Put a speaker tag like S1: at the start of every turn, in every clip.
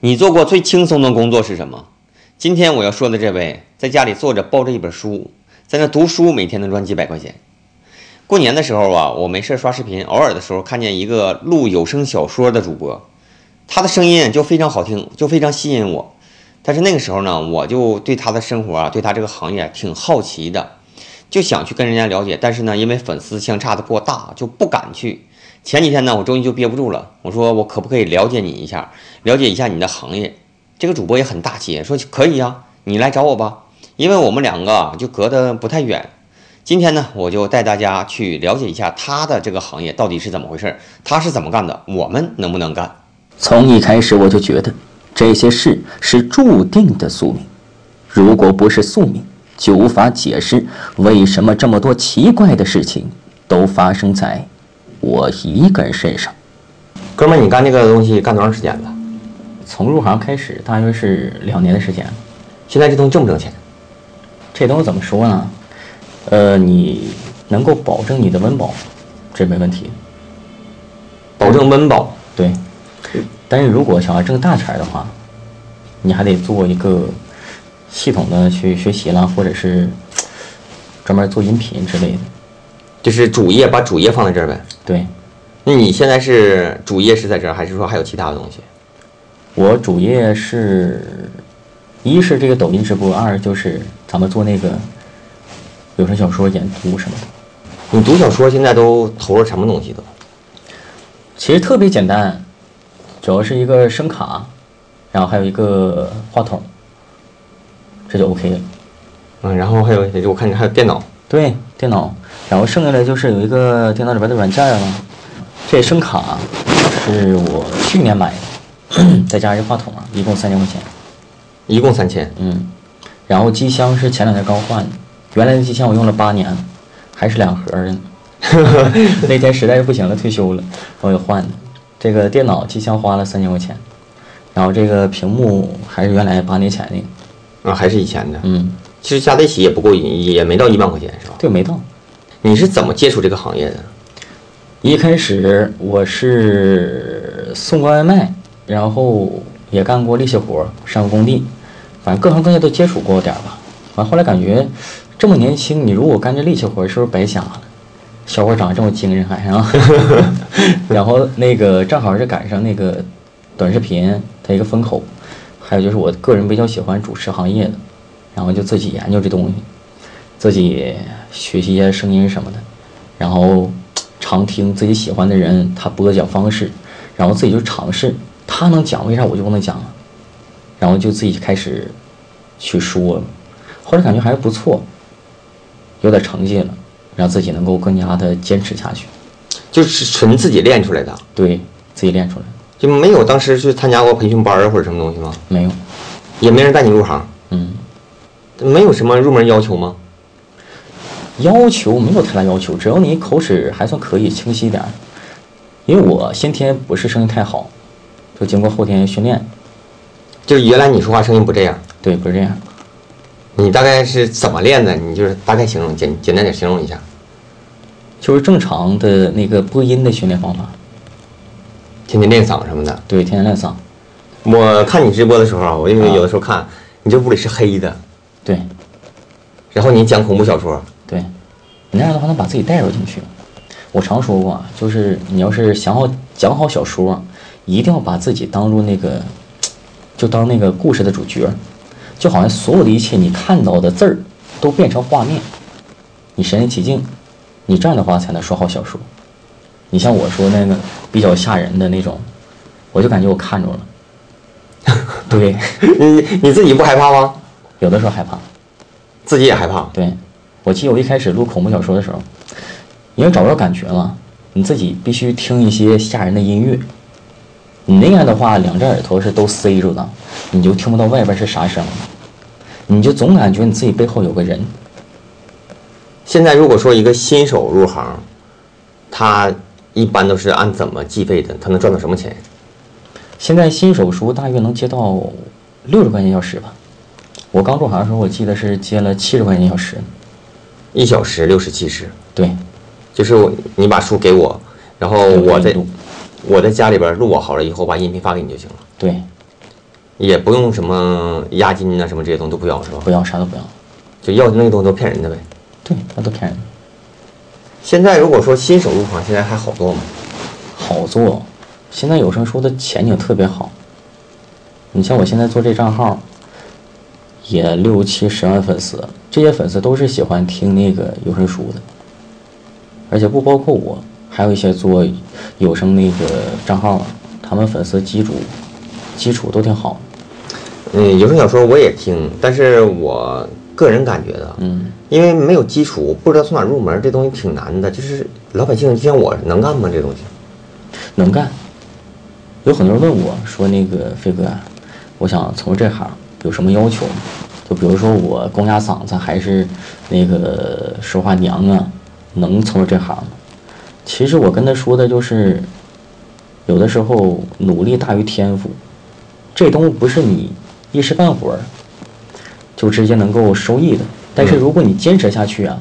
S1: 你做过最轻松的工作是什么？今天我要说的这位，在家里坐着抱着一本书，在那读书，每天能赚几百块钱。过年的时候啊，我没事刷视频，偶尔的时候看见一个录有声小说的主播，他的声音就非常好听，就非常吸引我。但是那个时候呢，我就对他的生活啊，对他这个行业啊挺好奇的，就想去跟人家了解。但是呢，因为粉丝相差的过大，就不敢去。前几天呢，我终于就憋不住了，我说我可不可以了解你一下，了解一下你的行业？这个主播也很大气，说可以呀、啊你来找我吧，因为我们两个啊就隔得不太远。今天呢，我就带大家去了解一下他的这个行业到底是怎么回事，他是怎么干的，我们能不能干？
S2: 从一开始我就觉得这些事是注定的宿命，如果不是宿命，就无法解释为什么这么多奇怪的事情都发生在我一个人身上。
S1: 哥们儿，你干这个东西干多长时间了？
S2: 从入行开始，大约是两年的时间。
S1: 现在这东西挣不挣钱？
S2: 这东西怎么说呢？呃，你能够保证你的温饱，这没问题。
S1: 保证温饱，
S2: 对，但是如果想要挣大钱儿的话，你还得做一个系统的去学习啦，或者是专门做音频之类的。
S1: 就是主业，把主业放在这儿呗。
S2: 对
S1: 那你现在是主业是在这儿，还是说还有其他的东西？
S2: 我主业是，一是这个抖音直播，二就是咱们做那个有声小说演读什么的。
S1: 你读小说现在都投入什么东西都？
S2: 其实特别简单，主要是一个声卡，然后还有一个话筒，这就 OK 了。
S1: 嗯，然后还有我看你还有电脑，
S2: 对，电脑，然后剩下的就是有一个电脑里边的软件了。这声卡是我去年买的， 再加上这话筒啊，一共三千块钱。
S1: 一共三千。
S2: 嗯，然后机箱是前两天刚换的，原来的机箱我用了八年，还是两盒儿呢。 那天实在是不行了，退休了，我给换的。这个电脑机箱花了三千块钱，然后这个屏幕还是原来八年前那个，
S1: 啊，还是以前的。
S2: 嗯，
S1: 其实加在一起也不够，也也没到一万块钱，是吧？
S2: 这个没到。
S1: 你是怎么接触这个行业的？
S2: 一开始我是送过外卖，然后也干过力气活儿，上过工地，反正各行各业都接触过点儿吧。完后来感觉这么年轻，你如果干这力气活儿，是不是白瞎了？小伙长得这么精神还 啊？然后那个正好是赶上那个短视频它一个风口，还有就是我个人比较喜欢主持行业的，然后就自己研究这东西。自己学习一下声音什么的，然后常听自己喜欢的人他播讲方式，然后自己就尝试，他能讲为啥我就不能讲啊？然后就自己开始去说，后来感觉还是不错，有点成绩了，让自己能够更加的坚持下去，
S1: 就是纯自己练出来的，
S2: 对自己练出来
S1: 就没有当时去参加过培训班儿或者什么东西吗？
S2: 没有？
S1: 也没人带你入行，
S2: 嗯，
S1: 没有什么入门要求吗？
S2: 要求没有太大要求，只要你口齿还算可以，清晰一点儿。因为我先天不是声音太好，就经过后天训练，
S1: 就是原来你说话声音不这样，
S2: 对，不是这样。
S1: 你大概是怎么练的？你就是大概形容简简单点形容一下。
S2: 就是正常的那个播音的训练方法，
S1: 天天练嗓什么的。
S2: 对，天天练嗓，
S1: 我看你直播的时候啊，我因为
S2: 啊
S1: 有的时候看，你这屋里是黑的，
S2: 对
S1: 然后你讲恐怖小说，
S2: 对，你那样的话能把自己带入进去。我常说过啊，就是你要是想好讲好小说，一定要把自己当入那个，就当那个故事的主角，就好像所有的一切你看到的字儿都变成画面，你身临其境，你这样的话才能说好小说。你像我说那个比较吓人的那种，我就感觉我看着了， 对，
S1: 你你自己不害怕吗？
S2: 有的时候害怕。
S1: 自己也害怕。
S2: 对，我记得我一开始录恐怖小说的时候，因为找不着感觉了，你自己必须听一些吓人的音乐。你那样的话，两只耳朵是都塞住的，你就听不到外边是啥声了，你就总感觉你自己背后有个人。
S1: 现在如果说一个新手入行，他一般都是按怎么计费的？他能赚到什么钱？
S2: 现在新手书大约能接到六十块钱一小时吧，我刚入行的时候，我记得是接了七十块钱一小时。
S1: 一小时六十七十，
S2: 对，
S1: 就是我你把书给我，然后
S2: 有
S1: 我
S2: 印
S1: 在
S2: 度
S1: 我在家里边录好了以后，把音频发给你就行了。
S2: 对，
S1: 也不用什么押金啊，什么这些东西都不要是吧？
S2: 不要啥都不要，
S1: 就要那个东西都骗人的呗。
S2: 对，那都骗人，
S1: 现在如果说新手入行，现在还好做吗？
S2: 好做。现在有声书的前景特别好，你像我现在做这账号，也六七十万粉丝，这些粉丝都是喜欢听那个有声书的，而且不包括我，还有一些做有声那个账号啊，他们粉丝基础基础都挺好。
S1: 嗯，有声小说我也听，但是我个人感觉的，
S2: 嗯，
S1: 因为没有基础，不知道从哪入门，这东西挺难的。就是老百姓，就像我能干吗？这东西，
S2: 能干。有很多人问我说：“那个飞哥啊，我想从事这行，有什么要求吗？就比如说我公鸭嗓子，还是那个说话娘啊，能从事这行吗？”其实我跟他说的就是，有的时候努力大于天赋，这东西不是你一时半会儿就直接能够收益的。但是如果你坚持下去啊，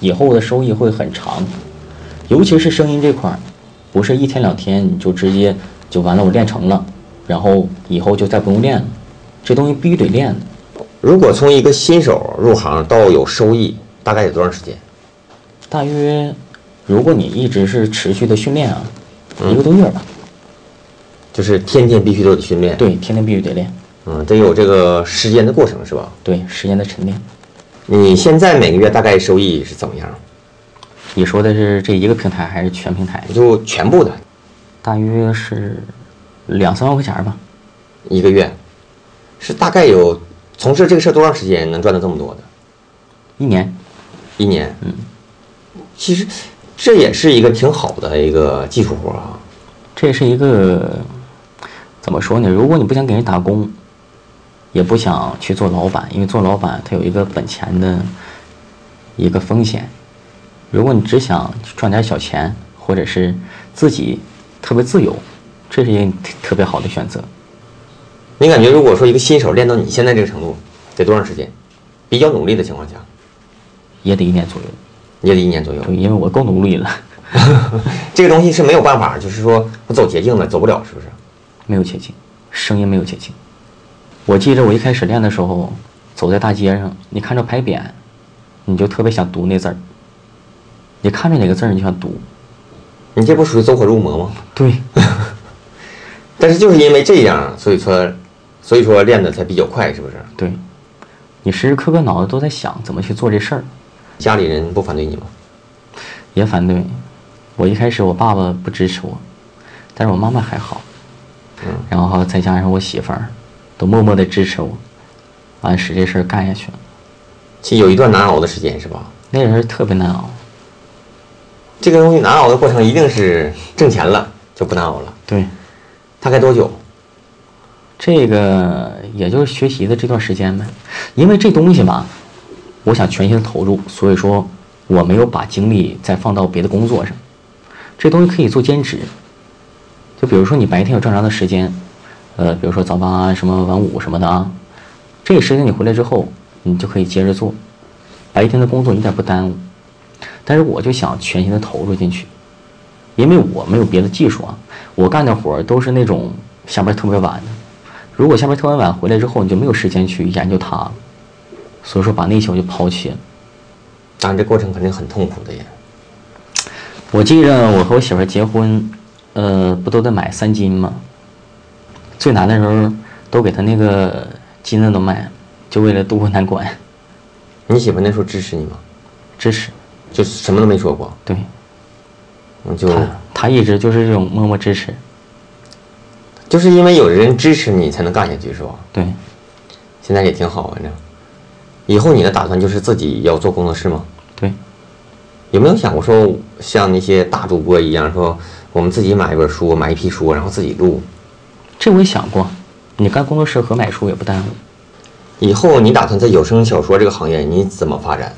S2: 以后的收益会很长，尤其是声音这块儿，不是一天两天你就直接就完了，我练成了，然后以后就再不用练了，这东西必须得练的。
S1: 如果从一个新手入行到有收益，大概得多长时间？
S2: 大约，如果你一直是持续的训练啊，一个多月吧，
S1: 就是天天必须都得训练。，
S2: 对，天天必须得练，
S1: 嗯，得有这个时间的过程是吧？
S2: 对，时间的沉淀。
S1: 你现在每个月大概收益是怎么样？
S2: 你说的是这一个平台还是全平台？
S1: 就全部的
S2: 大约是两三万块钱吧。
S1: 一个月，是大概有从事这个事儿多长时间能赚到这么多的？
S2: 一年，
S1: 一年，嗯，其实这也是一个挺好的一个技术活儿啊。
S2: 这是一个怎么说呢？如果你不想给人打工，也不想去做老板，因为做老板他有一个本钱的一个风险。如果你只想赚点小钱，或者是自己特别自由，这是一个特特别好的选择。
S1: 你感觉如果说一个新手练到你现在这个程度，得多长时间？比较努力的情况下，
S2: 也得一年左右，
S1: 也得一年左右。
S2: 对，因为我够努力了，
S1: 这个东西是没有办法，就是说不走捷径的，走不了，是不是？
S2: 没有捷径，声音没有捷径。我记着我一开始练的时候，走在大街上，你看着牌匾，你就特别想读那字儿。你看着哪个字儿，你就想读。
S1: 你这不属于走火入魔吗？
S2: 对，
S1: 但是就是因为这样，所以说，所以说练的才比较快，是不是？
S2: 对，你时时刻刻脑子都在想怎么去做这事儿。
S1: 家里人不反对你吗？
S2: 也反对，我一开始我爸爸不支持我，但是我妈妈还好，
S1: 嗯
S2: 然后再加上我媳妇儿，都默默的支持我，完使这事儿干下去了。
S1: 其实有一段难熬的时间，是吧？
S2: 那个时候特别难熬，
S1: 这个东西难熬的过程一定是挣钱了就不难熬了。
S2: 对，
S1: 大概多久？
S2: 这个也就是学习的这段时间呗，因为这东西吧，我想全心投入，所以说我没有把精力再放到别的工作上。这东西可以做兼职，就比如说你白天有正常的时间，呃，比如说早八啊、什么晚五什么的啊，这个时间你回来之后，你就可以接着做，白天的工作一点不耽误。但是我就想全心的投入进去，因为我没有别的技术啊，我干的活儿都是那种下班特别晚的。如果下班特别晚回来之后，你就没有时间去研究它了，所以说把那些我就抛弃了。
S1: 当然，这过程肯定很痛苦的也。
S2: 我记着我和我媳妇儿结婚，呃，不都得买三金吗？最难的时候都给她那个金子都卖了，就为了渡过难关。
S1: 你媳妇那时候支持你吗？
S2: 支持，
S1: 就什么都没说过，
S2: 对
S1: 嗯，就
S2: 她，她一直就是这种默默支持。
S1: 就是因为有人支持你才能干下去，是吧？
S2: 对，
S1: 现在也挺好，反正。以后你的打算就是自己要做工作室吗？
S2: 对，
S1: 有没有想过说像那些大主播一样，说我们自己买一本书，买一批书，然后自己录？
S2: 这我也想过，你干工作室和买书也不耽误。
S1: 以后你打算在有声小说这个行业你怎么发展？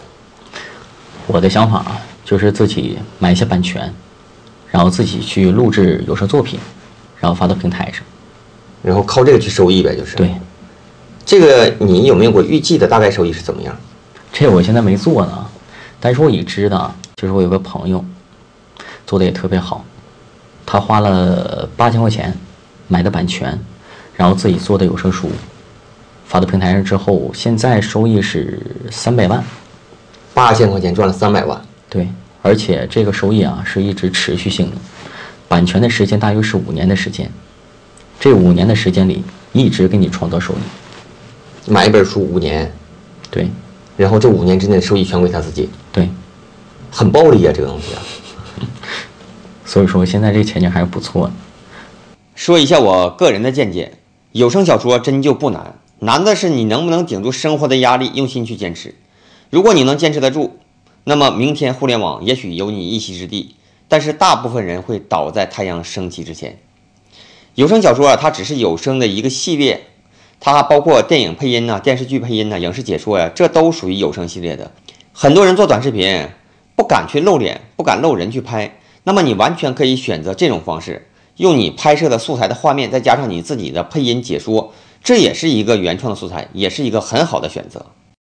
S2: 我的想法啊，就是自己买一些版权，然后自己去录制有声作品，然后发到平台上。
S1: 然后靠这个去收益呗，就是。
S2: 对，
S1: 这个你有没有过预计的大概收益是怎么样？
S2: 这我现在没做呢，但是我已知的啊，就是我有个朋友做的也特别好，他花了八千块钱买的版权，然后自己做的有声书，发到平台上之后，现在收益是三百万，
S1: 八千块钱赚了三百万，
S2: 对，而且这个收益啊是一直持续性的，版权的时间大约是五年的时间，这五年的时间里一直给你创造收益，
S1: 买一本书五年，
S2: 对，
S1: 然后这五年之内的收益全归他自己，
S2: 对，
S1: 很暴利啊，这个东西啊。
S2: 所以说现在这前景还是不错的。
S1: 说一下我个人的见解，有声小说真就不难，难的是你能不能顶住生活的压力，用心去坚持。如果你能坚持得住，那么明天互联网也许有你一席之地，但是大部分人会倒在太阳升起之前。有声小说啊，它只是有声的一个系列，它还包括电影配音呐、电视剧配音呐、影视解说呀、这都属于有声系列的。很多人做短视频，不敢去露脸，不敢露人去拍，那么你完全可以选择这种方式，用你拍摄的素材的画面，再加上你自己的配音解说，这也是一个原创的素材，也是一个很好的选择。